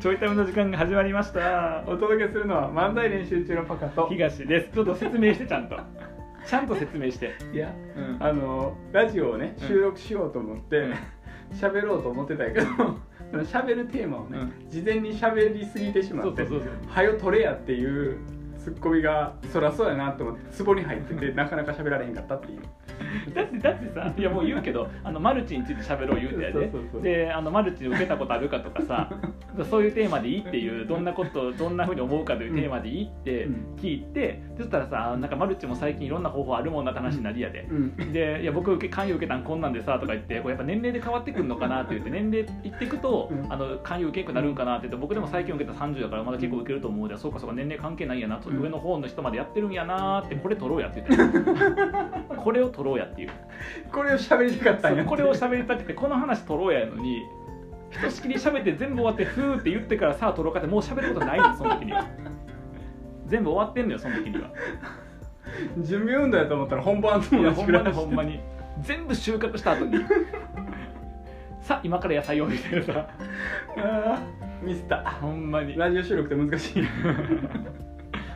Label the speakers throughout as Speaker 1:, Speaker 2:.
Speaker 1: ちょいタイムの時間が始まりました
Speaker 2: お届けするのは漫才練習中のパカと
Speaker 1: 東ですちょっと説明してちゃんとちゃんと説明して
Speaker 2: いや
Speaker 1: うん
Speaker 2: あのラジオをね収録しようと思って
Speaker 1: うん
Speaker 2: 喋、ろうと思ってたんやけどその 喋るテーマをね、
Speaker 1: う
Speaker 2: 事前に喋りすぎてしま
Speaker 1: そ
Speaker 2: っ
Speaker 1: うそう
Speaker 2: て
Speaker 1: そうそう
Speaker 2: 「はよ取れや」っていうツッコミがそらそうやなと思ってツボに入って てなかなか喋られへんかったっていう
Speaker 1: だってだってさいやもう言うけどあのマルチについて喋ろう言うてや
Speaker 2: そう
Speaker 1: で
Speaker 2: そうそう
Speaker 1: であのマルチ受けたことあるかとかさそういうテーマでいいっていうどんなことどんなふうに思うかというテーマでいいって
Speaker 2: うん
Speaker 1: 聞いて、そしたらさなんかマルチも最近いろんな方法あるもんなって話になりやで、
Speaker 2: うん
Speaker 1: でいや僕受け関与受けたんこんなんでさとか言ってこうやっぱ年齢で変わってくるのかなって言って年齢いっていくと、
Speaker 2: うん
Speaker 1: あの関与受けんくなるんかなって言って僕でも最近受けた30だからまだ結構受けると思うじゃそうかそうか年齢関係ないんやなと、
Speaker 2: うん
Speaker 1: 上の方の人までやってるんやなってこれ取ろうやって言 ってたこれを取ろうやっていう
Speaker 2: これを喋りたかったん
Speaker 1: そ
Speaker 2: や
Speaker 1: うこれを喋りたくてこの話取ろうやのにひとしきり喋って全部終わってふーって言ってからさあ取ろうかってもう喋ることないのその時には全部終わってんのよその時には
Speaker 2: 準備運動やと思ったら本番と
Speaker 1: い
Speaker 2: 同
Speaker 1: や
Speaker 2: じ
Speaker 1: ほ
Speaker 2: く
Speaker 1: ん
Speaker 2: ら
Speaker 1: ま
Speaker 2: い
Speaker 1: にほんまに全部収穫した後にさあ今から野菜をみたいなさ
Speaker 2: あーミスった
Speaker 1: ほんまに
Speaker 2: ラジオ収録って難しい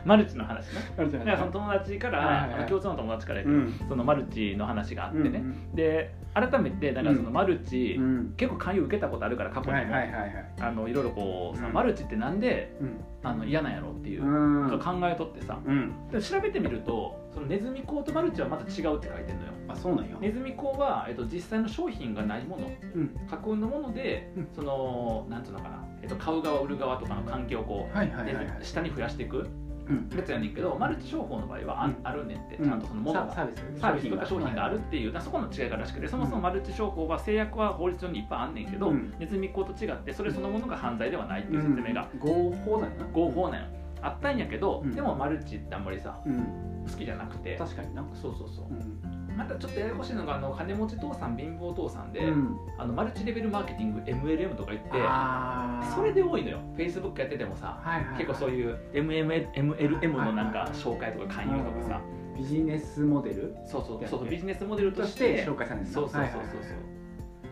Speaker 1: マルチの話ね
Speaker 2: あるじゃ
Speaker 1: だ
Speaker 2: な
Speaker 1: か
Speaker 2: い
Speaker 1: らその友達から、
Speaker 2: はいはいはい
Speaker 1: あの共通の友達からやけ
Speaker 2: う
Speaker 1: ど、
Speaker 2: ん
Speaker 1: そのマルチの話があってね、
Speaker 2: うん
Speaker 1: で改めてだからそのマルチ、
Speaker 2: うん
Speaker 1: 結構勧誘受けたことあるから過去にも、
Speaker 2: はいはいはいはい
Speaker 1: あのいろいろこうさ、
Speaker 2: うん
Speaker 1: マルチってなんで
Speaker 2: うん
Speaker 1: あの嫌なんやろっていうう、
Speaker 2: ん
Speaker 1: 考えとってさ
Speaker 2: うん
Speaker 1: でも調べてみるとそのネズミ講とマルチはまた違うって書いてるのよ
Speaker 2: あそうなんや
Speaker 1: ネズミ講は、えっと、実際の商品がないもの
Speaker 2: うん
Speaker 1: 架空のもので、
Speaker 2: うん
Speaker 1: そのなんていうのかな、えっと、買う側売る側とかの関係をこう、
Speaker 2: はいはいはいはい
Speaker 1: ね下に増やしていく
Speaker 2: うん
Speaker 1: やつやねんけどマルチ商法の場合はあ,、
Speaker 2: うん
Speaker 1: あるねんって
Speaker 2: う
Speaker 1: ちゃんとそのものが、
Speaker 2: サービス
Speaker 1: サービスとか商品があるっていう、そこの違いがらしくてそもそもマルチ商法は制約は法律上にいっぱいあんねんけど、
Speaker 2: うん
Speaker 1: ネズミ講と違ってそれそのものが犯罪ではないっていう説明が、
Speaker 2: 合法だよな
Speaker 1: 合法なんよあったんやけど、
Speaker 2: うん
Speaker 1: でもマルチってあんまりさ
Speaker 2: うん
Speaker 1: 好きじゃなくて
Speaker 2: 確かにな
Speaker 1: そうそうそううんまたちょっとややこしいのがあの金持ち父さん貧乏父さんで、
Speaker 2: うん
Speaker 1: あのマルチレベルマーケティング MLM とか言って
Speaker 2: あー
Speaker 1: それで多いのよ Facebook やっててもさ
Speaker 2: はいはい
Speaker 1: 結構そういう MML MLM のなんか紹介とか勧誘とかさ
Speaker 2: ビジネスモデル
Speaker 1: そうそうそうそ
Speaker 2: や
Speaker 1: う
Speaker 2: って
Speaker 1: ビジネスモデルと
Speaker 2: と
Speaker 1: し
Speaker 2: して
Speaker 1: て
Speaker 2: 紹介されるんだ
Speaker 1: そうそうそうそうそう、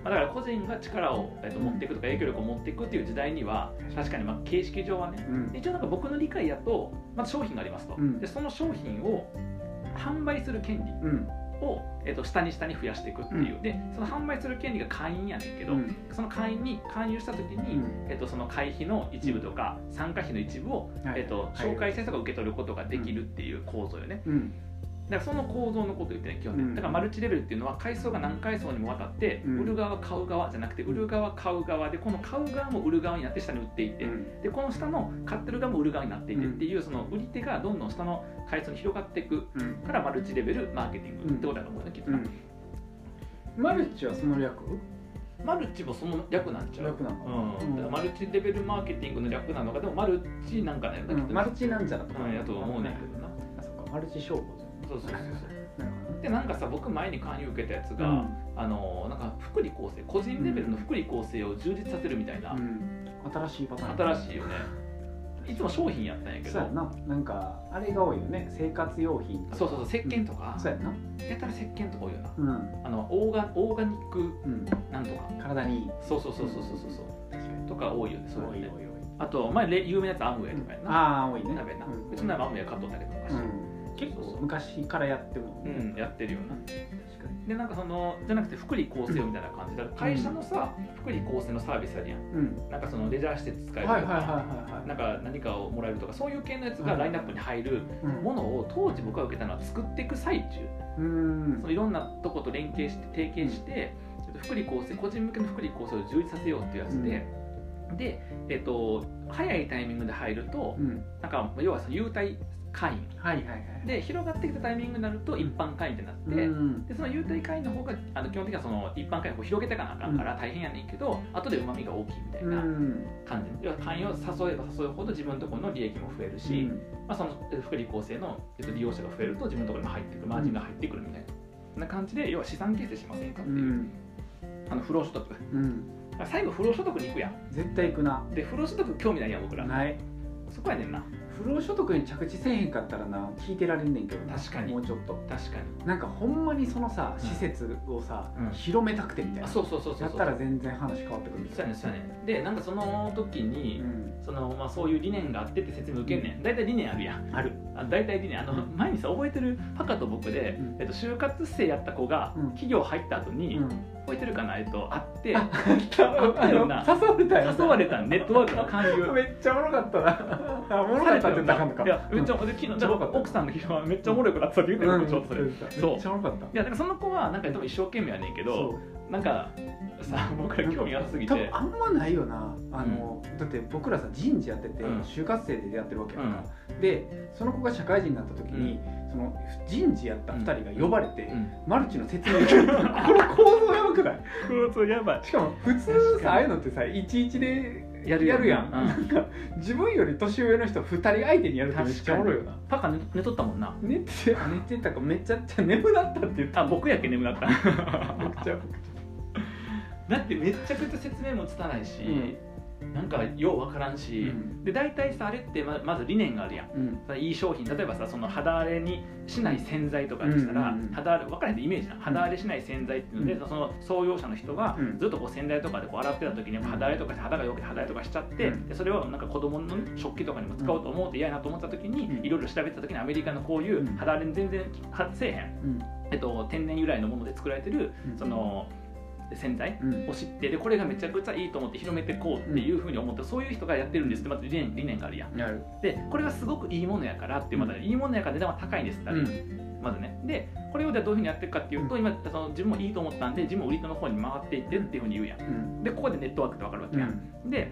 Speaker 1: まあ、だから個人が力を、えっと、
Speaker 2: うん
Speaker 1: 持っていくとか影響力を持っていくっていう時代には確かにまあ形式上はね
Speaker 2: うん
Speaker 1: 一応なんか僕の理解やと、まず商品がありますと、
Speaker 2: うん
Speaker 1: でその商品を販売する権利
Speaker 2: うん
Speaker 1: を、えっと、下に下に増やしていくっていう、でその販売する権利が会員やねんけど、
Speaker 2: うん
Speaker 1: その会員に勧誘した時に、
Speaker 2: うん
Speaker 1: えっと、その会費の一部とか参加費の一部を、
Speaker 2: はい
Speaker 1: えっと、紹介した人が受け取ることができるっていう構造よね
Speaker 2: うん
Speaker 1: だからその構造のことを言ってね基本ね、
Speaker 2: うん
Speaker 1: だからマルチレベルっていうのは階層が何階層にもわたって、
Speaker 2: うん
Speaker 1: 売る側買う側じゃなくて売る側買う側でこの買う側も売る側になって下に売っていって、
Speaker 2: うん
Speaker 1: でこの下の買ってる側も売る側になっていてっ
Speaker 2: うん
Speaker 1: ていうその売り手がどんどん下の階層に広がっていく
Speaker 2: うん
Speaker 1: からマルチレベルマーケティングってことだと思うね、きっと
Speaker 2: う
Speaker 1: な、
Speaker 2: んマルチはその略
Speaker 1: マルチもその略なんちゃう
Speaker 2: 略なの
Speaker 1: うん、だからマルチレベルマーケティングの略なのかでもマルチなんかね、
Speaker 2: う
Speaker 1: きっ
Speaker 2: ん
Speaker 1: と
Speaker 2: マルチなんちゃらとか
Speaker 1: うんやと思うねんけどな、
Speaker 2: あそっかマルチ商法じゃん
Speaker 1: そうそうそう
Speaker 2: なるほど
Speaker 1: そう
Speaker 2: ね
Speaker 1: でなんかさ僕前に勧誘受けたやつが、あのなんか福利厚生個人レベルの福利厚生を充実させるみたいな、
Speaker 2: うん新しいパターン
Speaker 1: 新しいよねいつも商品やったんやけど
Speaker 2: そうやななんかあれが多いよね生活用品とか
Speaker 1: そうそうそう石鹸とか、
Speaker 2: そうやな
Speaker 1: やったら石鹸とか多いよな
Speaker 2: うん
Speaker 1: あのオーガオーガニック
Speaker 2: うん
Speaker 1: なんとか
Speaker 2: 体にいい
Speaker 1: そうそうそうそうそうそうそう
Speaker 2: 確かに
Speaker 1: とか多いよねそういうの
Speaker 2: 多い
Speaker 1: ね
Speaker 2: 多い多い
Speaker 1: あと前れ有名なやつアムウェイとかやな、
Speaker 2: ああ多いね
Speaker 1: 鍋な、
Speaker 2: うん
Speaker 1: うちの鍋アムウェイ買っとったけど昔、
Speaker 2: うん結
Speaker 1: そうそ
Speaker 2: 構
Speaker 1: う
Speaker 2: 昔からやってるもん
Speaker 1: う
Speaker 2: ね
Speaker 1: ん、やってるよな
Speaker 2: 確かに
Speaker 1: でなんかそのじゃなくて福利厚生みたいな感じだから会社のさ、福利厚生のサービスあるやん
Speaker 2: うん
Speaker 1: なんかそのレジャー施設使え
Speaker 2: は
Speaker 1: る
Speaker 2: い
Speaker 1: とか、
Speaker 2: はいはいはいはい
Speaker 1: なんか何かをもらえるとかそういう系のやつがラインナップに入る
Speaker 2: うん
Speaker 1: ものを当時僕が受けたのは作っていく最中
Speaker 2: うん
Speaker 1: そのいろんなとこと連携して提携して、えっと福利厚生個人向けの福利厚生を充実させようっていうやつで、で、えっと、早いタイミングで入ると
Speaker 2: うん
Speaker 1: なんか要はその優待会員
Speaker 2: はいはいはい
Speaker 1: で広がってきたタイミングになると一般会員ってなって。
Speaker 2: うん
Speaker 1: でその優待会員の方があの基本的にはその一般会員を広げていかなあかんから大変やねんけど、後でうまみが大きいみたいうなん感じ、要は会員を誘えば誘うほど自分のところの利益も増えるし、まあ、そのえ福利厚生のえっと利用者が増えると自分のところにも入ってくるマージンが入ってくるみたいな,、な感じで要は資産形成しませんかっ
Speaker 2: う
Speaker 1: ていう、
Speaker 2: ん
Speaker 1: あの不労所得だか
Speaker 2: うん
Speaker 1: ら最後不労所得に行くやん
Speaker 2: 絶対行くな
Speaker 1: で不労所得興味ないやん僕ら
Speaker 2: ない
Speaker 1: そこやねんな
Speaker 2: 不労所得に着地せえへんかったらな聞いてられんねんけどな
Speaker 1: 確かに
Speaker 2: もうちょっと
Speaker 1: 確かに
Speaker 2: なんかほんまにそのさ
Speaker 1: ん
Speaker 2: 施設をさ、
Speaker 1: うん
Speaker 2: 広めたくてみたい
Speaker 1: あ
Speaker 2: な
Speaker 1: そうそうそうそう
Speaker 2: やったら全然話変わってくるみ
Speaker 1: そ
Speaker 2: た
Speaker 1: う
Speaker 2: い
Speaker 1: や
Speaker 2: な
Speaker 1: ねそうやねでなんかその時に、そのまあ、そういう理念があってって説明受けんねん大体理念あるやん
Speaker 2: ある
Speaker 1: あ大体理念あの前にさ覚えてるパカと僕で、
Speaker 2: うん
Speaker 1: えっと、就活生やった子が
Speaker 2: うん
Speaker 1: 企業入った後に、
Speaker 2: うん、
Speaker 1: 覚えてるかなえっと会って
Speaker 2: あの誘われたよ
Speaker 1: 誘われたネットワークの勧誘
Speaker 2: めっちゃおもろか ったなあおもろかったって言ったらあかんのか
Speaker 1: いやめっちゃ、で昨日じゃあ奥さんの昼間めっちゃおもろい子だったって言うて
Speaker 2: う
Speaker 1: る
Speaker 2: ん
Speaker 1: ちょっとそれ、
Speaker 2: め
Speaker 1: い
Speaker 2: っ
Speaker 1: そう
Speaker 2: ちゃおもろかった
Speaker 1: やなんかその子はなんか多分一生懸命やねんけどなんかさ僕ら興味がなさすぎ
Speaker 2: 多分
Speaker 1: て
Speaker 2: あんまないよなあの、だって僕らさ人事やってて、
Speaker 1: うん
Speaker 2: 就活生でやってるわけやんか、でその子が社会人になった時に、その人事やった2人が呼ばれて、
Speaker 1: うん
Speaker 2: マルチの説明を受ける この構造やばくない
Speaker 1: こいつやばい
Speaker 2: しかも普
Speaker 1: 確
Speaker 2: 通
Speaker 1: かに
Speaker 2: さああいうのってさ11で
Speaker 1: やるよ
Speaker 2: やるやん、
Speaker 1: うん
Speaker 2: なんか自分より年上の人2人相手にやるってめっちゃおもろいよな
Speaker 1: パカ寝寝とったもんな
Speaker 2: 寝てあ寝てたかめっちゃっちゃ眠だったって言った
Speaker 1: あ僕やけ眠なった
Speaker 2: めっちゃ
Speaker 1: だってめっちゃくちゃ説明もつたないし、なんかようわからん
Speaker 2: う
Speaker 1: し、
Speaker 2: ん
Speaker 1: で大体さあれってままず理念があるやん
Speaker 2: うん
Speaker 1: いい商品例えばさその肌荒れにしない洗剤とかにしたら、
Speaker 2: うんうんうん
Speaker 1: 肌荒れ分からないイメージな肌荒れしない洗剤っていうので、
Speaker 2: うん
Speaker 1: その創業者の人が
Speaker 2: うん
Speaker 1: ずっとこう洗剤とかでこう洗ってた時にやっぱ肌荒れとかして肌がよくて肌荒れとかしちゃって、
Speaker 2: うん
Speaker 1: でそれをなんか子供の食器とかにも使おうと思うって嫌やなと思った時に、
Speaker 2: うん
Speaker 1: いろいろ調べた時にアメリカのこういううん肌荒れに全然はせえへん、
Speaker 2: うん
Speaker 1: えっと、天然由来のもので作られてる
Speaker 2: うん
Speaker 1: その洗剤
Speaker 2: うん
Speaker 1: を知ってでこれがめちゃくちゃいいと思って広めてこうっていうふうに思って、そういう人がやってるんですってまた理念理念があるやん
Speaker 2: やる
Speaker 1: でこれがすごくいいものやからってまだ、
Speaker 2: うん
Speaker 1: いいものやから値段は高いんですって、
Speaker 2: うん
Speaker 1: まずねでこれをじゃあどういうふうにやっていくかっていうと、今その自分もいいと思ったんで自分も売り手の方に回っていってっていうふうに言うやん
Speaker 2: うん
Speaker 1: でここでネットワークって分かるわけ
Speaker 2: う
Speaker 1: やん、
Speaker 2: ん
Speaker 1: で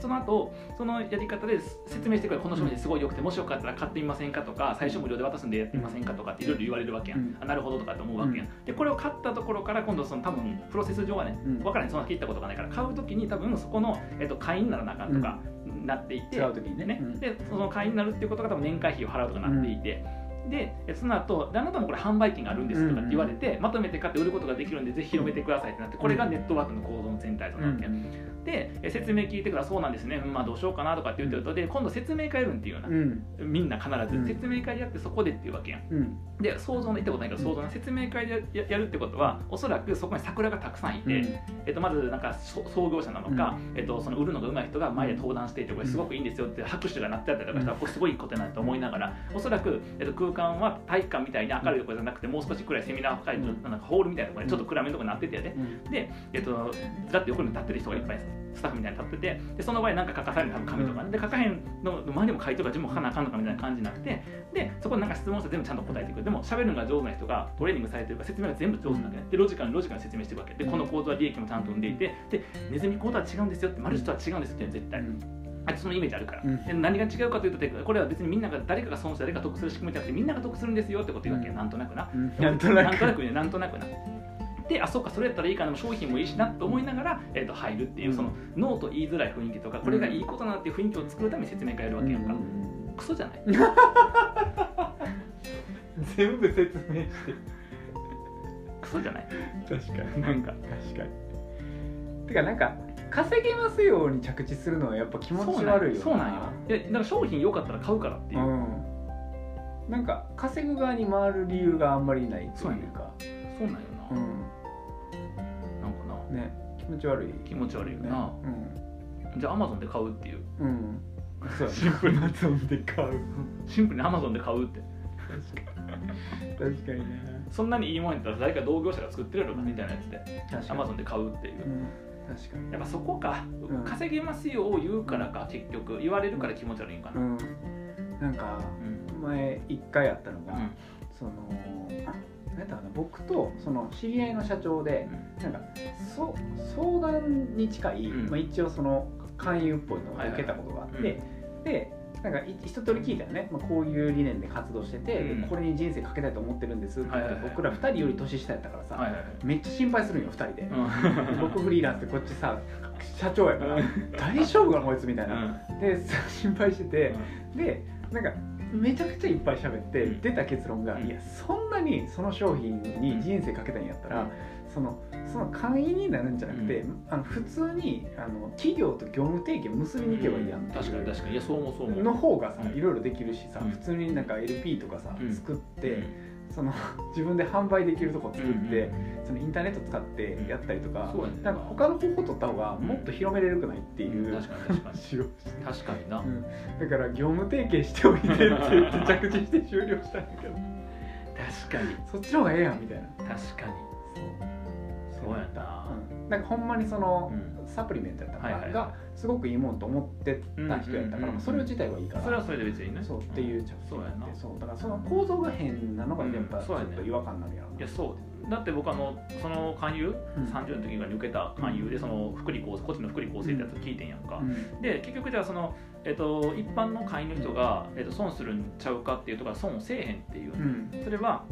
Speaker 1: その後そのやり方です説明してくれこの商品すごい良くてもしよかったら買ってみませんかとか最初無料で渡すんでやってみませんかとかっていろいろ言われるわけやん、
Speaker 2: うん
Speaker 1: あなるほどとかって思うわけやん、でこれを買ったところから今度その多分プロセス上はね
Speaker 2: うん
Speaker 1: 分からないそんな切ったことがないから買う時に多分そこの、えっと、会員にならなあかんとかなっていて、
Speaker 2: 違う時にね
Speaker 1: ね
Speaker 2: うん
Speaker 1: でその会員になるっていうことが多分年会費を払うとかなっていて、でえその後であなたもこれ販売金があるんですとかって言われて、まとめて買って売ることができるんでぜひ広めてくださいってなってこれがネットワークの構造の全体と
Speaker 2: う
Speaker 1: なって、
Speaker 2: ん
Speaker 1: でえ説明聞いてからそうなんですね、うんまあ、どうしようかなとかって言ってるとで今度説明会やるんっていうような、
Speaker 2: うん
Speaker 1: みんな必ず、
Speaker 2: うん
Speaker 1: 説明会やってそこでっていうわけやん
Speaker 2: うん
Speaker 1: で想像の言ったことないけど想像の説明会でややるってことはおそらくそこに桜がたくさんいて、えっと、まずなんかそ創業者なのか、えっと、その売るのが上手い人が前で登壇していてこれすごくいいんですよって拍手が鳴ってあったりとかしたら
Speaker 2: うん
Speaker 1: これすごいことやなと思いながらおそらく、えっと、空間は体育館みたいに明るいところじゃなくてもう少し暗いセミナー会場
Speaker 2: うん
Speaker 1: なんかホールみたいなところでちょっと暗めのところになっててやで、
Speaker 2: うん
Speaker 1: で、えっと、ずらっと横に立ってる人がいっぱいスタッフみたいに立っててでその場合なんか書かされる多分紙とかね、で書かへんの前にも書いとか自分も書かなあかんのかみたいな感じになってでそこになんか質問して全部ちゃんと答えていくでも喋るのが上手な人がトレーニングされてるから説明が全部上手なわけねでロジカルにロジカルに説明していくわけでこの構造は利益もちゃんと生んでいてでネズミ講とは違うんですよってマルチとは違うんですよっていうのは絶対。あとそのイメージあるから、
Speaker 2: うん
Speaker 1: で何が違うかというとこれは別にみんなが誰かが損して誰かが得する仕組みじゃなくてみんなが得するんですよってこと言うわけ、
Speaker 2: うん
Speaker 1: なんとなくな
Speaker 2: うんなんとな
Speaker 1: なん
Speaker 2: く
Speaker 1: となくねなんとなくなであそうかそれやったらいいかな商品もいいしなと思いながら、えー、と入るっていう
Speaker 2: うん
Speaker 1: そのノーと言いづらい雰囲気とかこれがいいことなっていう雰囲気を作るために説明会やるわけやんか、
Speaker 2: うん
Speaker 1: クソじゃない
Speaker 2: 全部説明して
Speaker 1: クソじゃない
Speaker 2: 確かに
Speaker 1: なんか
Speaker 2: 確かにてかなんか稼げますように着地するのはやっぱ気持ち悪いよ
Speaker 1: そうなんよそうなんよいやなんか商品良かったら買うからっていう、
Speaker 2: うんなんか稼ぐ側に回る理由があんまりないというか
Speaker 1: そうなんよ
Speaker 2: う
Speaker 1: な、
Speaker 2: ん
Speaker 1: なんかな
Speaker 2: ね気持ち悪い
Speaker 1: 気持ち悪いよな、じゃあアマゾンで買うっていう
Speaker 2: うんうんそうシンプルなゾンで買う
Speaker 1: シンプルにアマゾンで買うって
Speaker 2: 確かにね
Speaker 1: そんなにいいもんやったら誰か同業者が作ってるのかみたいなやつで
Speaker 2: 確
Speaker 1: アマ
Speaker 2: に
Speaker 1: ゾンで買うっていう
Speaker 2: うん確かに
Speaker 1: やっぱそこか、
Speaker 2: うん
Speaker 1: 稼げますよを言うからか結局言われるから気持ち悪いんか
Speaker 2: う
Speaker 1: な、
Speaker 2: んなんか
Speaker 1: うん
Speaker 2: 前一回あったのが、
Speaker 1: う
Speaker 2: その何やったかな僕とその知り合いの社長で
Speaker 1: ん
Speaker 2: なんかそ相談に近い、
Speaker 1: うん
Speaker 2: まあ、一応その勧誘っぽいのを
Speaker 1: はいはい
Speaker 2: 受けたことがあって、
Speaker 1: うん
Speaker 2: でなんかい一通り聞いたよね、まあ、こういう理念で活動してて、で
Speaker 1: うん
Speaker 2: これに人生かけたいと思ってるんですって言って、
Speaker 1: はいはいはい
Speaker 2: 僕ら2人より年下やったからさ、
Speaker 1: はいはいはい
Speaker 2: めっちゃ心配するんよ2人で、
Speaker 1: うん
Speaker 2: 僕フリーランスでこっち さ社長やから
Speaker 1: うん
Speaker 2: 大丈夫かなこいつみたいな、
Speaker 1: う
Speaker 2: で心配してて、
Speaker 1: ん
Speaker 2: でなんかめちゃくちゃいっぱい喋って
Speaker 1: うん
Speaker 2: 出た結論が、
Speaker 1: うん
Speaker 2: いやそんなにその商品に人生かけたんやったら、そのその簡易になるんじゃなくて、
Speaker 1: う
Speaker 2: あの普通にあの企業と業務提携結びに行けばいいやんっていう
Speaker 1: 確かに確かにいやそう思うそう思う
Speaker 2: の方がさ
Speaker 1: うん
Speaker 2: いろいろできるしさ、
Speaker 1: うん
Speaker 2: 普通になんか LP とかさ、
Speaker 1: うん
Speaker 2: 作って、その自分で販売できるとこ
Speaker 1: うん
Speaker 2: 作って、
Speaker 1: うん
Speaker 2: そのインターネット使ってやったりとか、
Speaker 1: そうやね
Speaker 2: なんか他の方法取った方がもっと広めれるくないっていう、
Speaker 1: うん確かに確かに
Speaker 2: 話をして
Speaker 1: 確かにな、
Speaker 2: うんだから業務提携しておいてって言って着地して終了したんだけど
Speaker 1: 確かに
Speaker 2: そっちの方がええやんみたいな
Speaker 1: 確かに
Speaker 2: そう
Speaker 1: そうやな
Speaker 2: うん、なんかほんまにその、
Speaker 1: う
Speaker 2: サプリメントやったから、
Speaker 1: はいはい
Speaker 2: がすごくいいもんと思ってた人やったから、
Speaker 1: うんうんうんうん
Speaker 2: それ自体はいいから
Speaker 1: それはそれで別にね
Speaker 2: そうっていう着地
Speaker 1: そう
Speaker 2: が
Speaker 1: や
Speaker 2: あって
Speaker 1: な
Speaker 2: そうだからその構造が変なのがやっぱ
Speaker 1: うん
Speaker 2: ち
Speaker 1: そ
Speaker 2: ょ
Speaker 1: うや
Speaker 2: っ
Speaker 1: ね
Speaker 2: と違和感になるやろ
Speaker 1: い
Speaker 2: な
Speaker 1: やそうだって僕あのその勧誘、
Speaker 2: うん
Speaker 1: 30の時に受けた勧誘でその福利厚生個人の福利厚生ってやつ聞いてんやんか、
Speaker 2: うん
Speaker 1: で結局じゃあその、えっと一般の会員の人が、えっと損するんちゃうかっていうところは損せえへんっていう、
Speaker 2: うん
Speaker 1: それは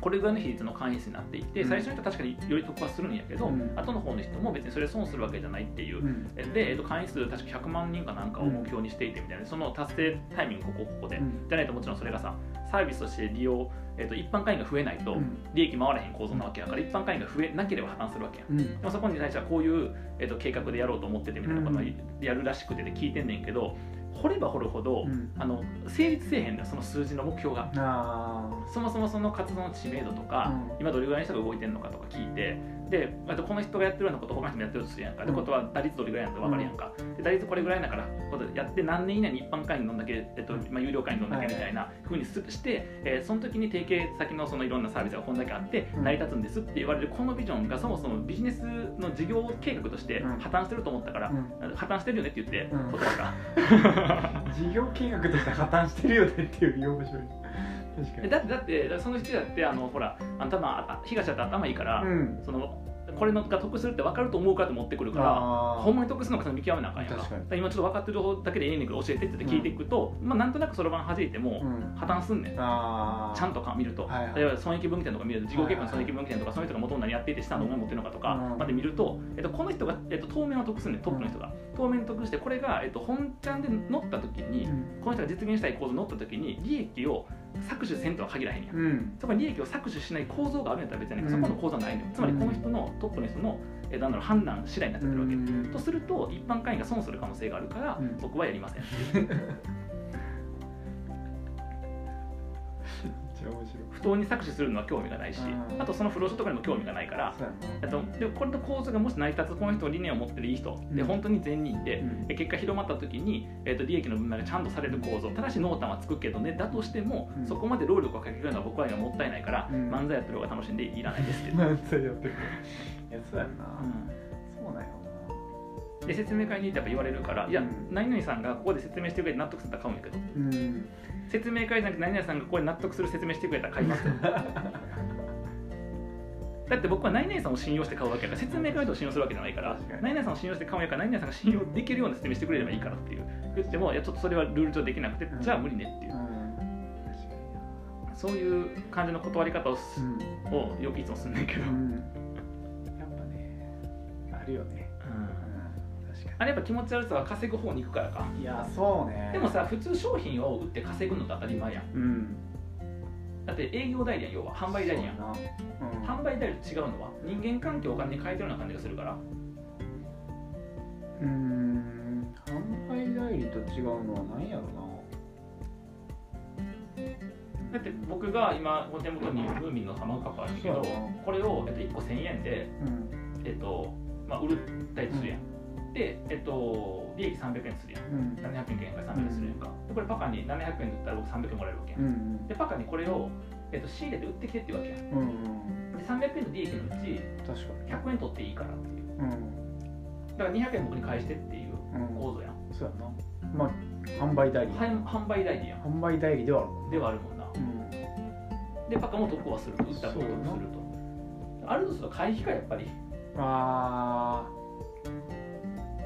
Speaker 1: これぐらいの比率の会員数になっていて、
Speaker 2: うん
Speaker 1: 最初の人は確かにより得はするんやけど、
Speaker 2: うん
Speaker 1: 後の方の人も別にそれ損するわけじゃないっていうう。
Speaker 2: ん
Speaker 1: で、えっと会員数確か100万人かなんかを目標にしていてみたいな、その達成タイミングここここで、
Speaker 2: うん
Speaker 1: じゃないともちろんそれがさサービスとして利用、えっと一般会員が増えないと、
Speaker 2: うん
Speaker 1: 利益回らへん構造なわけやから一般会員が増えなければ破綻するわけやん
Speaker 2: うん
Speaker 1: でもそこに対してはこういう、えっと計画でやろうと思っててみたいなことをやるらしくてで聞いてんねんけど掘れば掘るほど、
Speaker 2: うん
Speaker 1: あの成立せえへんだよその数字の目標が
Speaker 2: あ
Speaker 1: そもそもその活動の知名度とか、
Speaker 2: うん
Speaker 1: 今どれぐらいの人が動いてるのかとか聞いてであとこの人がやってるようなこと他の人もやってるとするやんかってことは打率どれぐらいなのか分かるやんか、で打率これぐらいだからことやって何年以内に一般会員どんだけ、えっとまあ、有料会員どんだけみたいなふうにすして、えーその時に提携先のそのいろんなサービスがこんだけあって
Speaker 2: うん
Speaker 1: 成り立つんですって言われるこのビジョンがそもそもビジネスの事業計画として
Speaker 2: うん
Speaker 1: 破綻してると思ったから
Speaker 2: ー、う、ん
Speaker 1: 破綻してるよねって言って
Speaker 2: うん
Speaker 1: 断った。
Speaker 2: 事業計画として破綻してるよねっていう用語処理確か
Speaker 1: え
Speaker 2: に
Speaker 1: だってだってだってその人だってあのほらあの頭あ東だって頭いいから、
Speaker 2: うん
Speaker 1: そのこれのが得するって分かると思うかって持ってくるから
Speaker 2: あ
Speaker 1: ほんまに得するのかその見極めなあかんやんか
Speaker 2: 確かに
Speaker 1: だら今ちょっと分かってる方だけでええねんけど教えてって言って聞いていくと、まあ、なんとなくそろばん弾いて
Speaker 2: ー
Speaker 1: も
Speaker 2: うん
Speaker 1: 破綻すんねん、
Speaker 2: あー
Speaker 1: ちゃんとか見ると、
Speaker 2: はいはい
Speaker 1: 例えば損益分岐点とか見ると事業計画の損益分岐点とか、その人が元に何やっていて資産の思い持ってるのかとか
Speaker 2: うん
Speaker 1: まで見ると、えっと、この人が、えっと、当面は得するねんトップの人が、当面得してこれが、えっと、本ちゃんで乗った時に、
Speaker 2: うん
Speaker 1: この人が実現したい構造に乗った時に利益を搾取せんとは限らへんやん
Speaker 2: うん
Speaker 1: そこに利益を搾取しない構造があるんやったら別に、
Speaker 2: うん
Speaker 1: そこの構造はないのよつまりこの人のトップの人の、えーなんだろう判断次第になっちゃってるわけ、
Speaker 2: うん
Speaker 1: とすると一般会員が損する可能性があるから、
Speaker 2: うん
Speaker 1: 僕はやりません
Speaker 2: めっちゃ面白い
Speaker 1: 不当に搾取するのは興味がないし、
Speaker 2: うん
Speaker 1: あとその不労所とかにも興味がないから
Speaker 2: そうや
Speaker 1: あとでこれの構造がもし成り立つこの人の理念を持ってるいい人、で
Speaker 2: うん
Speaker 1: 本当に善人で、
Speaker 2: うん
Speaker 1: え結果広まった時に、えー、と利益の分配がちゃんとされる構造ただし濃淡はつくけどねだとしても、
Speaker 2: うん
Speaker 1: そこまで労力をかけるのは僕は今もったいないから、
Speaker 2: うん
Speaker 1: 漫才やってる方が楽しんでいらないですって、
Speaker 2: な漫才やってるいやそうやんな、
Speaker 1: うん
Speaker 2: そうなんや
Speaker 1: で説明会に行ってやっぱ言われるから「いや
Speaker 2: うん
Speaker 1: 何々さんがここで説明してくれて納得するんだったら買うんやけど
Speaker 2: ろなうん
Speaker 1: 説明会じゃなくて何々さんがここで納得する説明してくれたら買いますよ」だって僕は何々さんを信用して買うわけだから説明会と信用するわけじゃないから
Speaker 2: 確かに
Speaker 1: 何々さんを信用して買うんやから何々さんが信用できるような説明してくれればいいからっていう言っても「いやちょっとそれはルール上できなくて
Speaker 2: うん
Speaker 1: じゃあ無理ね」っていうそういう感じの断り方をす
Speaker 2: うん
Speaker 1: をよくいつもすんねんけど、
Speaker 2: やっぱねあるよねうん確か
Speaker 1: あれやっぱ気持ち悪さは稼ぐ方に行くからか
Speaker 2: にいやそうね
Speaker 1: でもさ普通商品を売って稼ぐのって当たり前やん
Speaker 2: うん
Speaker 1: だって営業代理やん要は販売代理やん
Speaker 2: そうなうん
Speaker 1: 販売代理と違うのは人間関係をお金に変えてるような感じがするから
Speaker 2: うーん販売代理と違うのは何やろな
Speaker 1: だって僕が今お手元にムーミンの卵カップあるけど
Speaker 2: そうやな
Speaker 1: これを、えっと、1個1000円で、
Speaker 2: うん
Speaker 1: えっとまあ、売るたりするやん、で、えっと、利益300円するやん
Speaker 2: うん
Speaker 1: 700円減から300円するやんかでこれパカに700円で売ったら僕300円もらえるわけや
Speaker 2: うんん
Speaker 1: でパカにこれを、えっと、仕入れて売ってきてっていうわけやんで
Speaker 2: うんうん
Speaker 1: 300円の利益のうち
Speaker 2: 確かに
Speaker 1: 100円取っていいからっていう
Speaker 2: うん
Speaker 1: だから200円僕に返してっていう
Speaker 2: うん
Speaker 1: 構造やん
Speaker 2: そうやなまあ販売代理
Speaker 1: 販販売代理やん
Speaker 2: 販売代理ではある
Speaker 1: ではあるもんな
Speaker 2: うん
Speaker 1: でパカも得はすると打ったことを得するとあるとすると回避かやっぱり
Speaker 2: あ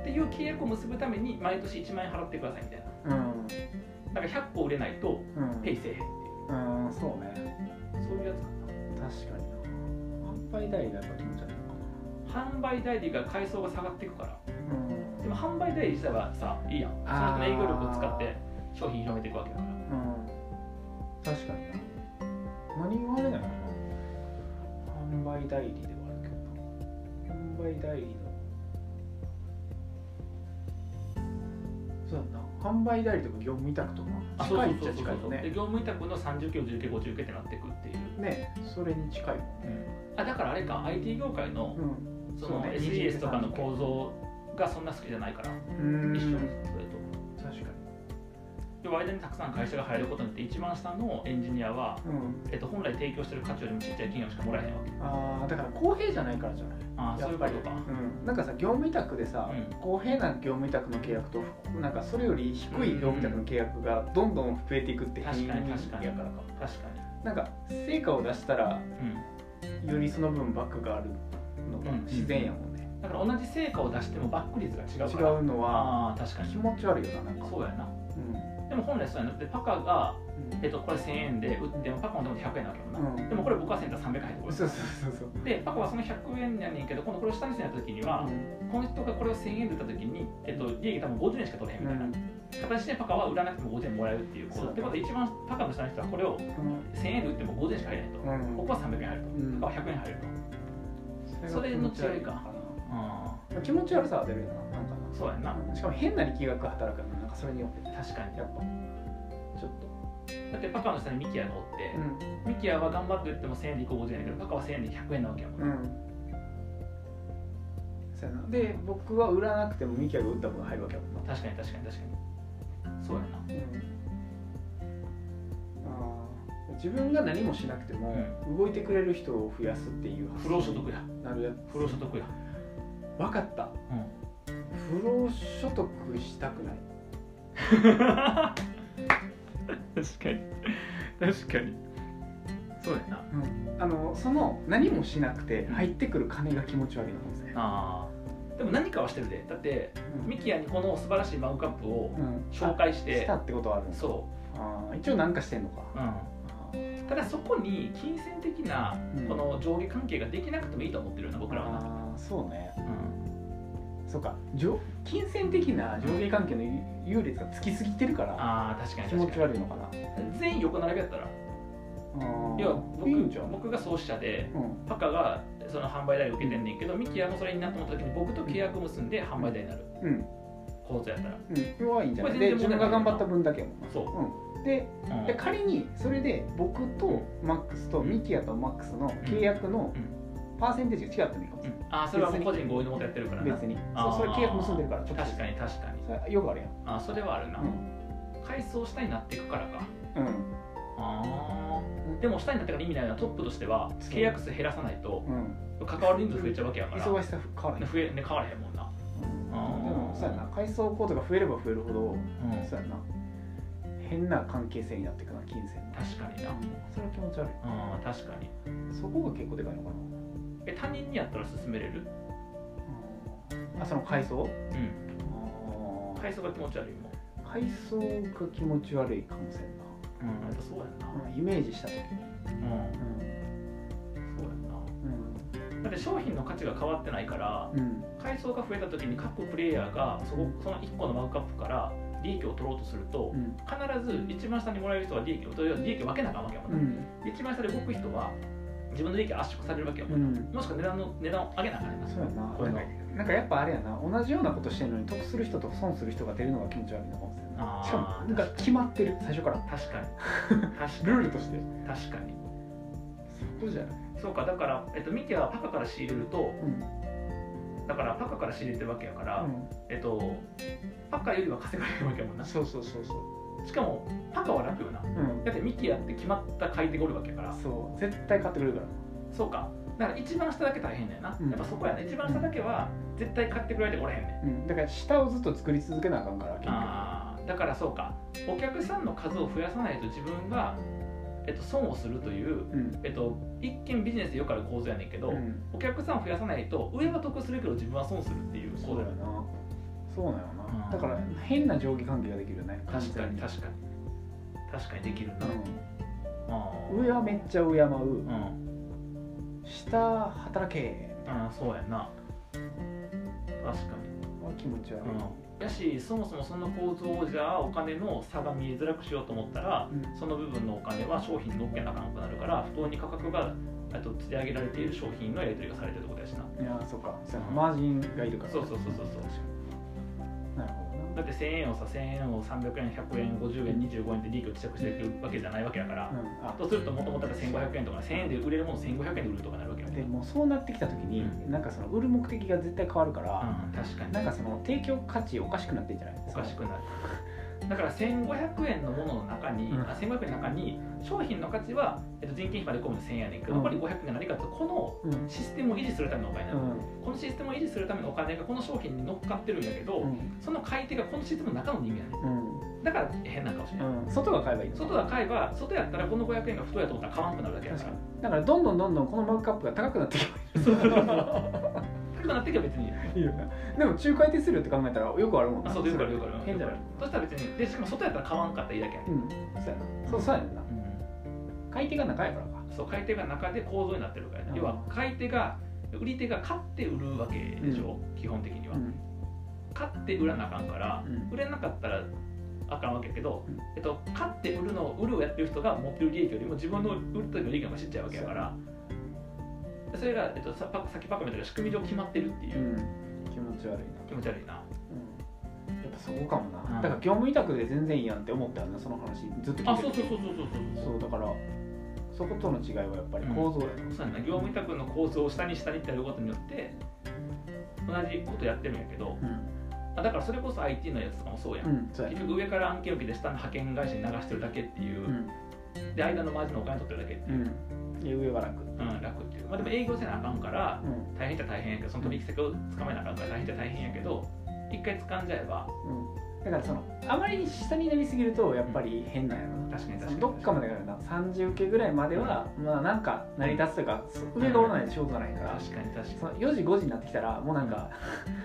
Speaker 1: っていう契約を結ぶために毎年1万円払ってくださいみたいな
Speaker 2: ーうん
Speaker 1: だから100個売れないと
Speaker 2: うん
Speaker 1: ペイせえへんっ
Speaker 2: うんそうね
Speaker 1: ていうそういうやつか
Speaker 2: 確かにな販売代理がやっぱ気持ち悪いの
Speaker 1: な販売代理が階層が下がっていくから
Speaker 2: かな
Speaker 1: でも販売代理自体はさいいやんその人の営業力を使って商品広めていくわけだから
Speaker 2: うん確かにな何もあれだよな販売代理ではあるけどな販売代理のそうだな販売代理とか業務委託とか
Speaker 1: あそう
Speaker 2: 近
Speaker 1: そ
Speaker 2: いうっち
Speaker 1: そ
Speaker 2: ゃ
Speaker 1: うそ
Speaker 2: 近
Speaker 1: う
Speaker 2: いよ
Speaker 1: で
Speaker 2: ね
Speaker 1: 業務委託の30級10級50級ってなってくっていう、
Speaker 2: ねそれに近いもんね
Speaker 1: あだからあれか IT 業界の
Speaker 2: うん
Speaker 1: そ
Speaker 2: そう
Speaker 1: の
Speaker 2: ね
Speaker 1: SGS とかの構造がそんな好きじゃないから一緒にそれと
Speaker 2: 確かに
Speaker 1: で間にたくさん会社が入ることによって一番下のエンジニアは、
Speaker 2: うん
Speaker 1: えっと、本来提供してる価値よりもちっちゃい金額しかもらえへんわけ
Speaker 2: ああだから公平じゃないからじゃない
Speaker 1: ああそ
Speaker 2: や
Speaker 1: う
Speaker 2: っ
Speaker 1: いう
Speaker 2: ぱ
Speaker 1: こ
Speaker 2: り
Speaker 1: とか
Speaker 2: うん、なんかさ業務委託でさ、
Speaker 1: うん
Speaker 2: 公平な業務委託の契約となんかそれより低い業務委託の契約がどんどん増えていくって変異
Speaker 1: 確かに確かに
Speaker 2: やからか
Speaker 1: 確か
Speaker 2: なんか成果を出したら
Speaker 1: に、
Speaker 2: よりその分バックがあるのが
Speaker 1: うん
Speaker 2: 自然やもんね、
Speaker 1: うん、だから同じ成果を出してもバック率が違う
Speaker 2: 違
Speaker 1: から
Speaker 2: うのは
Speaker 1: ああ確かに
Speaker 2: 気持ち悪いよななんか
Speaker 1: そうやな
Speaker 2: うん
Speaker 1: でも本来そうやなでパカが、えっ
Speaker 2: う
Speaker 1: と、これ1000円で売ってもパカのでも100円なわけよな、
Speaker 2: ん
Speaker 1: でもこれ僕はセンター300円入ってこ
Speaker 2: うん、
Speaker 1: る
Speaker 2: そうそうそうそう
Speaker 1: でパカはその100円やねんけど今度これを下にせなった時には、この人がこれを1000円で売った時に、えっと、利益多分50円しか取れへんみたいな、形でパカは売らなくても50円もらえるっていうこ
Speaker 2: そう
Speaker 1: とってことは一番パカの下の人はこれを1000円で売っても50円しか入らないと、
Speaker 2: うん
Speaker 1: ここは300円入ると、
Speaker 2: うん
Speaker 1: パカは100円入ると、
Speaker 2: それが気持ち悪
Speaker 1: それの違いか
Speaker 2: 気持ち悪さは出るよななんかな
Speaker 1: そうやんな
Speaker 2: しかも変な力学が働くよななんかそれによって
Speaker 1: 確かに
Speaker 2: やっぱちょっと
Speaker 1: だってパカの下にミキヤがおって、
Speaker 2: うん
Speaker 1: ミキヤは頑張って売っても1000円で1個50円やけどパカは1000円で100円なわけやもん、
Speaker 2: うんそうやなで僕は売らなくてもミキヤが売った分が入るわけやもんな、
Speaker 1: 確かに確かに確かにそうやな
Speaker 2: あー自分が何もしなくても動いてくれる人を増やすっていう
Speaker 1: 不労所得や
Speaker 2: なるやつ
Speaker 1: 不労所得や
Speaker 2: 分かった
Speaker 1: うん
Speaker 2: 不労所得したくない
Speaker 1: 確かに確かにそうやな
Speaker 2: あのその何もしなくて入ってくる金が気持ち悪いのかもしれない、
Speaker 1: あーでも何かはしてるでだってミキヤにこの素晴らしいマグカップを
Speaker 2: うん
Speaker 1: 紹介して
Speaker 2: したってことはあるんですか
Speaker 1: そ
Speaker 2: あー一応何かしてんのか、
Speaker 1: う、う
Speaker 2: あ
Speaker 1: ん、ただそこに金銭的な
Speaker 2: ー
Speaker 1: この上下関係ができなくてもいいと思ってるよな僕らはな、
Speaker 2: あーそうね
Speaker 1: うん
Speaker 2: そうか上金銭的な上下関係の優劣がつきすぎてるから
Speaker 1: ああ確かに
Speaker 2: 気持
Speaker 1: 確
Speaker 2: ち
Speaker 1: かに
Speaker 2: 悪いのかな
Speaker 1: 全員横並びやったら要は僕
Speaker 2: いいんじゃん、
Speaker 1: 僕が創始者で
Speaker 2: うん、
Speaker 1: パカがその販売代理を受けてんねんけどミキヤもそれになって思った時に僕と契約を結んで販売代になる
Speaker 2: うん
Speaker 1: 構図やったら
Speaker 2: うんこれはいいんじゃない
Speaker 1: これ
Speaker 2: で
Speaker 1: 全然問
Speaker 2: 自分
Speaker 1: 題な
Speaker 2: が
Speaker 1: い
Speaker 2: 頑張った分だけやもんな、
Speaker 1: そう
Speaker 2: ん、で
Speaker 1: う、うん
Speaker 2: で仮にそれで僕とマックスとミキヤとマックスの契約の
Speaker 1: うん
Speaker 2: パーセンテージが違ってもいいかもし
Speaker 1: う
Speaker 2: れ
Speaker 1: んああそれはもう個人合意のもとやってるから
Speaker 2: ない
Speaker 1: な
Speaker 2: 別に
Speaker 1: あ
Speaker 2: そ
Speaker 1: ー
Speaker 2: うそれ契約結んでるから直
Speaker 1: 確
Speaker 2: 接
Speaker 1: かに確かに
Speaker 2: それよくあるやん
Speaker 1: ああそれはあるな、階層下になっていくからか
Speaker 2: うん
Speaker 1: ああでも下になってから意味ないのはトップとしては契約数減らさないと
Speaker 2: うん、うん、
Speaker 1: 関わる人数増えちゃうわけやから
Speaker 2: 忙しさ変わらへん、
Speaker 1: 増え、ね、変わらへんもんな、
Speaker 2: うん、でもそうやな階層コードが増えれば増えるほどそうやな変な関係性になっていくな金銭の
Speaker 1: 確かにな
Speaker 2: それは気持ち悪
Speaker 1: うん確かに
Speaker 2: いそこが結構でかいのかな
Speaker 1: え他人にやったら勧めれる
Speaker 2: あその階層
Speaker 1: うん階層が気持ち悪いもん
Speaker 2: 階層が気持ち悪いかもしれんな
Speaker 1: うんやっぱそうやんな、
Speaker 2: うんイメージした時に
Speaker 1: うんそうやんなだって商品の価値が変わってないから
Speaker 2: うんうん
Speaker 1: 階層が増えた時に各プレイヤーがそこその1個のマグカップから利益を取ろうとすると
Speaker 2: うん
Speaker 1: 必ず一番下にもらえる人は利益をとりあえず利益を分けなあかんわけやもん
Speaker 2: う
Speaker 1: な、
Speaker 2: ん
Speaker 1: 一番下で動く人は自分の利益が圧縮されるわけよ、
Speaker 2: うん
Speaker 1: もしくは値段の値段を上げなあかんねんな
Speaker 2: そうやな
Speaker 1: これの
Speaker 2: なんかやっぱあれやな同じようなことしてるのに得する人と損する人が出るのが気持ち悪いのかもしれんな
Speaker 1: あー
Speaker 2: しかもなんか決まってる最初から
Speaker 1: 確かに確 か
Speaker 2: ルールとして
Speaker 1: に確かに
Speaker 2: そこじゃない
Speaker 1: そうかだから、えっと、ミキはパカから仕入れると
Speaker 2: うん
Speaker 1: だからパカから仕入れてるわけやから、
Speaker 2: う
Speaker 1: えっとパカよりは稼がれるわけやもんなん
Speaker 2: そうそうそうそう
Speaker 1: しかもパカは楽よな
Speaker 2: うん
Speaker 1: だってミキやって決まった買い手がおるわけやから
Speaker 2: そう絶対買ってくれるから
Speaker 1: そうかだから一番下だけ大変だよな、
Speaker 2: うん
Speaker 1: やっぱそこやな一番下だけは絶対買ってくれておれへんねん
Speaker 2: うん、だから下をずっと作り続けなあかんから結
Speaker 1: あーだからそうかお客さんの数を増やさないと自分が、えっと、損をするという、
Speaker 2: 局
Speaker 1: えっと、一見ビジネスでよくある構図やねんけど、
Speaker 2: うん、うん、
Speaker 1: お客さんを増やさないと上は得するけど自分は損するっていう
Speaker 2: そ
Speaker 1: 構図
Speaker 2: う
Speaker 1: や
Speaker 2: だよ
Speaker 1: ね
Speaker 2: なそうなよな、
Speaker 1: うん
Speaker 2: だから変な上下関係ができるよね
Speaker 1: 確かに
Speaker 2: 完
Speaker 1: 確かに確かにできるな、
Speaker 2: 全に
Speaker 1: あ
Speaker 2: うん、上はめっちゃ敬
Speaker 1: ー
Speaker 2: う
Speaker 1: うん
Speaker 2: 下働け
Speaker 1: あーそうやな確かに
Speaker 2: は気持ち悪い、
Speaker 1: やしそもそもその構造をじゃあお金の差が見えづらくしようと思ったら
Speaker 2: うん
Speaker 1: その部分のお金は商品に乗っけなあかんくなるから不当に価格がえっと釣り上げられている商品のやり取りがされてるところだしない
Speaker 2: やーそっかそうやなマージンがいるからね、
Speaker 1: そうそうそうそうそう
Speaker 2: 確かになるほ
Speaker 1: だ
Speaker 2: ど
Speaker 1: って1000円をさ1000円を300円100円50円25円って利益を希釈していくわけじゃないわけだから、
Speaker 2: な、うん、あ
Speaker 1: とするともともと1500円とか1000円で売れるものを1500円で売るとかなるわけよ、
Speaker 2: でもうそうなってきた時に、
Speaker 1: う
Speaker 2: なんかその売る目的が絶対変わるから、
Speaker 1: うん、確かに
Speaker 2: なんかその提供価値おかしくなってんじゃない
Speaker 1: おかしくなるだから1500円のものの中に、
Speaker 2: うん
Speaker 1: あ1500円の中に商品の価値は、えっと、人件費まで込むと1000円やねんけど
Speaker 2: うん
Speaker 1: 残り500円が何かというとこ
Speaker 2: うん、
Speaker 1: のシステムを維持するためのお金な
Speaker 2: う
Speaker 1: の、
Speaker 2: ん
Speaker 1: このシステムを維持するためのお金がこの商品に乗っかってるんやけど、
Speaker 2: うん
Speaker 1: その買い手がこのシステムの中の人間やね
Speaker 2: うん
Speaker 1: だから変な顔してない、
Speaker 2: んうん、外が買えばいいの
Speaker 1: 外が買えば外やったらこの500円が太いやと思ったら買わんくなるだけや
Speaker 2: 確
Speaker 1: か
Speaker 2: からにだからどんどんどんどんこのマグカップが高くなっていけば
Speaker 1: 高くなっていけば別に
Speaker 2: いいよなでも仲介手数料って考えたらよくあるもんな
Speaker 1: あそうよくあるよくある
Speaker 2: 変じゃない
Speaker 1: そしたら別にでしかも外やったら買わんかったらいいだけやねん
Speaker 2: うんそうやなそうそうやねんな買い手が仲やからか
Speaker 1: そう買い手が中で構造になってるから、ね
Speaker 2: うん
Speaker 1: 要は買い手が売り手が買って売るわけでしょ、基本的には、
Speaker 2: ん
Speaker 1: 買って売らなあかんから
Speaker 2: うん
Speaker 1: 売れなかったらあかんわけやけど、
Speaker 2: うん
Speaker 1: えっと、買って売るのを売るをやってる人が持ってる利益よりも自分の売る時の利益が走っちゃうわけやからでそれが、えっと、ささっきパックみたいな仕組み上決まってるっていうう、
Speaker 2: ん気持ち悪いな
Speaker 1: 気持ち悪いな
Speaker 2: うんやっぱそこかも
Speaker 1: う
Speaker 2: なんだから業務委託で全然いいやんって思ったよなその話ずっと聞いてる
Speaker 1: あそうそうそうそうそうそう
Speaker 2: そうだからそことの違いはやっぱり構造やな
Speaker 1: そうやな業務委託の構造を下に下にってやることによって同じことやってるんやけど
Speaker 2: うん
Speaker 1: あだからそれこそ IT のやつとかもそうやん、
Speaker 2: うんそうやな
Speaker 1: 結局上から案件受けて下の派遣会社に流してるだけっていう、
Speaker 2: うん
Speaker 1: で間のマージのお金取ってるだけって
Speaker 2: う
Speaker 1: いう、
Speaker 2: んで上は楽う
Speaker 1: うん楽っていう、まあ、でも営業せなあかんから
Speaker 2: ん
Speaker 1: 大変っちゃ大変やけどその取引先を捕まえなあかんから大変っちゃ大変やけど一回掴んじゃえば
Speaker 2: うんだからそのあまりに下になりすぎるとやっぱり変なんやろな
Speaker 1: 確かに確かに
Speaker 2: どっかま
Speaker 1: で
Speaker 2: でがあるな30受けぐらいまでは、まあなんか成り立つというかそ上がおらないと仕事がないから、
Speaker 1: 確かに確
Speaker 2: そ
Speaker 1: か
Speaker 2: の4時5時になってきたらもうなんか、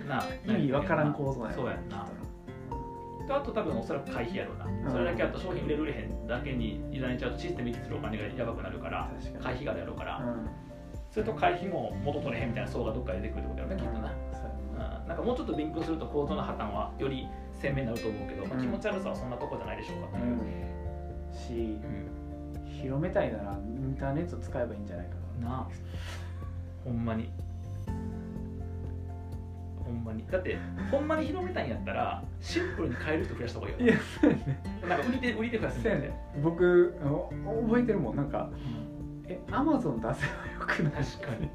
Speaker 1: にな
Speaker 2: 意味わからん構造なん
Speaker 1: そうやんな
Speaker 2: きっ
Speaker 1: とあと多分おそらく回避やろうな、
Speaker 2: ん
Speaker 1: それだけあと商品売れる売れへんだけに委ねちゃうとシステム維持するお金がやばくなるか
Speaker 2: とな
Speaker 1: ら
Speaker 2: 確か
Speaker 1: 回
Speaker 2: に
Speaker 1: 避があるやろうから、
Speaker 2: うん
Speaker 1: それと回避も元取れへんみたいな層がどっかで出てくるってことだよねきっとな、
Speaker 2: そうや
Speaker 1: うん
Speaker 2: な
Speaker 1: なんかもうちょっと勉強すると構造の破綻はより鮮明になると思うけど、まあ
Speaker 2: うん
Speaker 1: 気持ち悪さはそんなとこじゃないでしょうかっていう、
Speaker 2: うんし広めたいならインターネット使えばいいんじゃないかな
Speaker 1: なあほんまにほんまにだってほんまに広めたいんやったらシンプルに変える人増やした方がいいよ
Speaker 2: いや
Speaker 1: なんか売り手売り手増やすんだよね
Speaker 2: 僕あの覚えてるもんなんかえアマゾン出せばよくない
Speaker 1: 確かに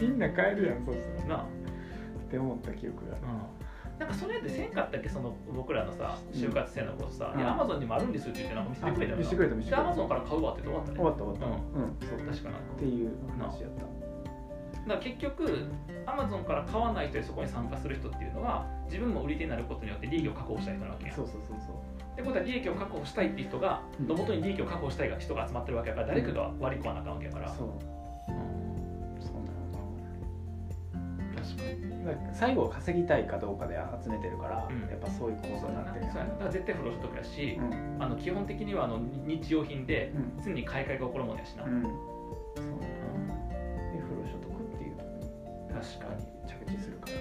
Speaker 2: みんな買えるやんそうしたら
Speaker 1: なあ、
Speaker 2: って思った記憶がある
Speaker 1: うん、なんかそれってせんかったっけその僕らのさ就活生の子さ「
Speaker 2: うん
Speaker 1: いやアマゾンにもあるんです」って言ってなんか見せてくれたよ
Speaker 2: あ見
Speaker 1: な
Speaker 2: せてくれた見せて
Speaker 1: で
Speaker 2: く
Speaker 1: アマ
Speaker 2: れた
Speaker 1: ゾンから買うわって言って終
Speaker 2: 終
Speaker 1: わ
Speaker 2: わ
Speaker 1: っ
Speaker 2: った終わった
Speaker 1: ね
Speaker 2: たうんそう
Speaker 1: うん確かなんか
Speaker 2: っていう話やった
Speaker 1: だから結局アマゾンから買わない人でそこに参加する人っていうのは自分も売り手になることによって利益を確保したい人なわけやんっ
Speaker 2: そうそうそうそう
Speaker 1: てことは利益を確保したいっていう人が
Speaker 2: うん
Speaker 1: のもとに利益を確保したいが人が集まってるわけやから誰かが割り込まなあかんわけやから、
Speaker 2: そうそう
Speaker 1: 確かに
Speaker 2: なの最後稼ぎたいかどうかで集めてるから、
Speaker 1: うん
Speaker 2: やっぱそういう構
Speaker 1: そ
Speaker 2: 造
Speaker 1: う
Speaker 2: に
Speaker 1: や
Speaker 2: な
Speaker 1: な
Speaker 2: って
Speaker 1: そう
Speaker 2: る
Speaker 1: やなだから絶対不労所得やし、
Speaker 2: うん
Speaker 1: あの基本的にはあのに日用品で
Speaker 2: うん
Speaker 1: 常に買い替えが起こるもんやしな、
Speaker 2: うんそうで不労所得っていうとこ
Speaker 1: 確かに、
Speaker 2: ろに着地するから、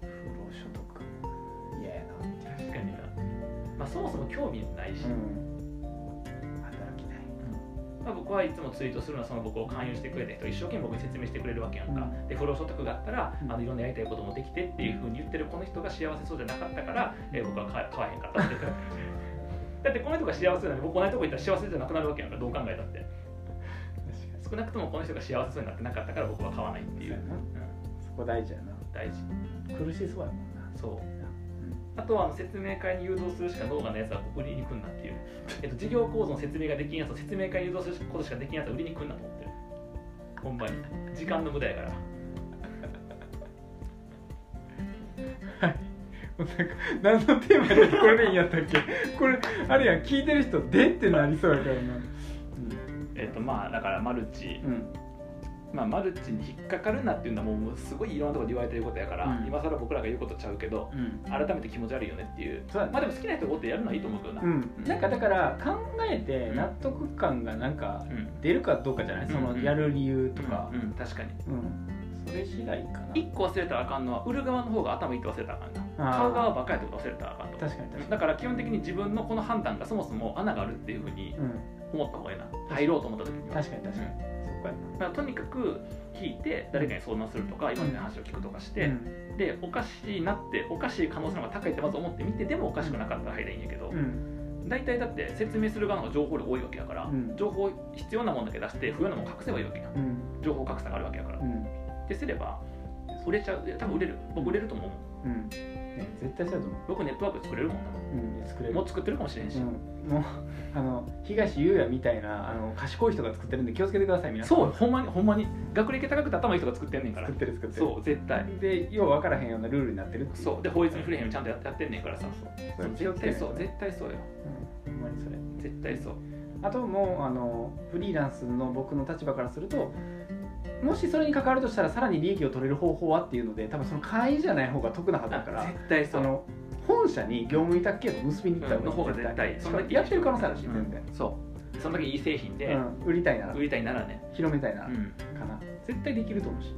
Speaker 2: 不労所得嫌やなっていう
Speaker 1: 確かにな、まあ、そもそも興味ないし、
Speaker 2: うん働きたい
Speaker 1: まあ、僕はいつもツイートするのはその僕を勧誘してくれた人一生懸命僕に説明してくれるわけやんか、
Speaker 2: う
Speaker 1: で不労所得があったら
Speaker 2: うん
Speaker 1: あのいろんなやりたいこともできてっていうふうに言ってるこの人が幸せそうじゃなかったから、えー僕は買え買わへんかったっていう だってこの人が幸せなのに僕同じとこ行ったら幸せじゃなくなるわけやんかどう考えたって
Speaker 2: 確か
Speaker 1: 少なくともこの人が幸せそうになってなかったから僕は買わないって
Speaker 2: に
Speaker 1: い
Speaker 2: そうや
Speaker 1: う、
Speaker 2: な
Speaker 1: うん、
Speaker 2: そこ大事やな
Speaker 1: 大事
Speaker 2: 苦しそうやもんな
Speaker 1: そうあとはあの説明会に誘導するしか動画のやつは売りに来んなっていう、えっと、事業構造の説明ができんやつを説明会に誘導することしかできんやつは売りに来んなと思ってるほんまに時間の無駄やから
Speaker 2: なんか何のテーマでこれでいいんやったっけこれあれやん聞いてる人でってなりそうやからな
Speaker 1: えっとまあだからマルチ
Speaker 2: うん
Speaker 1: まあ、マルチに引っかかるなっていうのはもうすごいいろんなところで言われてることやから、
Speaker 2: うん
Speaker 1: 今更僕らが言うことちゃうけど
Speaker 2: うん
Speaker 1: 改めて気持ち悪いよねっていう
Speaker 2: そうだ
Speaker 1: まあ
Speaker 2: ね
Speaker 1: でも好きな人がおってやるのはいいと思うけどな、
Speaker 2: うん、なんかだから考えて納得感がなんか出るかどうかじゃない、
Speaker 1: うん
Speaker 2: そのやる理由と
Speaker 1: と
Speaker 2: か
Speaker 1: か、、うん確かに
Speaker 2: うんそれ次第かな
Speaker 1: 一個忘れたらあかんのは売る側の方が頭いいって忘れたらあかんな
Speaker 2: あー
Speaker 1: 買う側ばっかりやってこと忘れたらあかんと
Speaker 2: 確かに確か
Speaker 1: だから基本的に自分のこの判断がそもそも穴があるっていうふうに
Speaker 2: に、うん、
Speaker 1: 思った方がいいな入ろうと思った時には
Speaker 2: 確かに確かに、そっかや
Speaker 1: だからとにかく聞いて誰かに相談するとか今までの話を聞くとかして、でおかしいなっておかしい可能性の方が高いってまず思ってみてでもおかしくなかったら入ればいいんやけど
Speaker 2: うん、うん
Speaker 1: 大体だって説明する側の方が情報量多いわけやから、
Speaker 2: うん
Speaker 1: 情報必要なもんだけ出して不要なもん隠せばいいわけや
Speaker 2: うん
Speaker 1: 情報格差があるわけやから、
Speaker 2: う
Speaker 1: っ
Speaker 2: ん
Speaker 1: てすれば売れちゃう多分売れる僕売れると思う
Speaker 2: うんね絶対そうだと思
Speaker 1: 僕ネットワーク作れるもん多分
Speaker 2: う、うん、作れる
Speaker 1: もう作ってるかもしれんし、
Speaker 2: うん、もうあの東優也みたいなあの賢い人が作ってるんで気をつけてください皆さん
Speaker 1: そうほんまにほんまに学歴高くて頭いい人が作ってんねんから
Speaker 2: 作ってる作ってる
Speaker 1: そう絶対
Speaker 2: でよう分からへんようなルールになってるっていう
Speaker 1: そうで法律に触れへんようにちゃんとやってやってんねんからさ
Speaker 2: それ気を
Speaker 1: 絶対
Speaker 2: つけないと
Speaker 1: そう絶対そうよ
Speaker 2: うんほんまにそれ
Speaker 1: 絶対そう
Speaker 2: あともうあのフリーランスの僕の立場からするともしそれに関わるとしたらさらに利益を取れる方法はっていうので多分その会員じゃない方が得なはずだから
Speaker 1: 絶対そ
Speaker 2: そうの本社に業務委託契約結びに行った
Speaker 1: の方が絶対
Speaker 2: しかもやってる可能性あるし
Speaker 1: う
Speaker 2: 全
Speaker 1: ん
Speaker 2: 然、
Speaker 1: そうその時いい製品で
Speaker 2: うん売りたいなら
Speaker 1: 売りたいならね
Speaker 2: 広めたいうなら
Speaker 1: ん
Speaker 2: かな、絶対できると思うし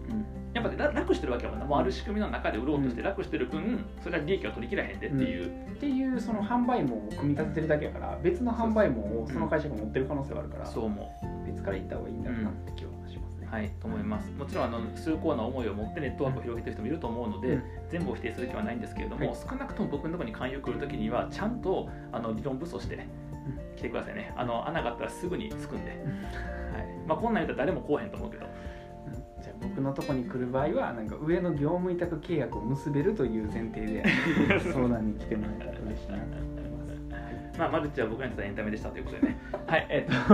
Speaker 1: やっぱら楽してるわけやもんなもうある仕組みの中で売ろうとして楽してる分それは利益を取りきらへんでっていう
Speaker 2: っていうその販売網を組み立ててるだけやから別の販売網をその会社が持ってる可能性があるから、
Speaker 1: そう思
Speaker 2: 別から行った方がいいんだろうなって気はします
Speaker 1: う
Speaker 2: ね、
Speaker 1: はいと思いますもちろんあの崇高な思いを持ってネットワークを広げてる人もいると思うので、
Speaker 2: うん
Speaker 1: 全部を否定する気はないんですけれども、
Speaker 2: はい
Speaker 1: 少なくとも僕のところに勧誘来るときにはちゃんとあの理論武装して来てくださいねあの穴があったらすぐにつくんで、
Speaker 2: ん
Speaker 1: はいまあ、こんなん言ったら誰も来おへんと思うけど
Speaker 2: うんじゃあ僕のとこに来る場合はなんか上の業務委託契約を結べるという前提 で相談に来てもらえたら嬉しいなと思います。
Speaker 1: まあ、マルチは僕らにとってはエンタメでしたということで ね。はい、えっ、と。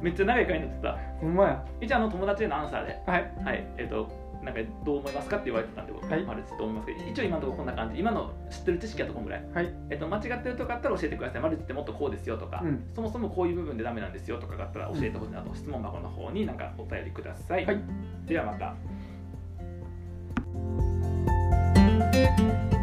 Speaker 1: めっちゃ長い回になってた。
Speaker 2: ほんまや。
Speaker 1: 一応、あの友達へのアンサーで、
Speaker 2: はい。
Speaker 1: はい、えっ、と、なんかどう思いますかって言われてたんで、僕、
Speaker 2: はい
Speaker 1: マルチと思いますけど、一応今のところこんな感じ、今の知ってる知識はとこんぐらい。
Speaker 2: はい。
Speaker 1: えっ、と、間違ってるとかあったら教えてください。マルチってもっとこうですよとか、
Speaker 2: うん
Speaker 1: そもそもこういう部分でダメなんですよとかがあったら教えてほしいなと、質問箱の方になんかお便りください。
Speaker 2: はい
Speaker 1: ではまた。
Speaker 2: 「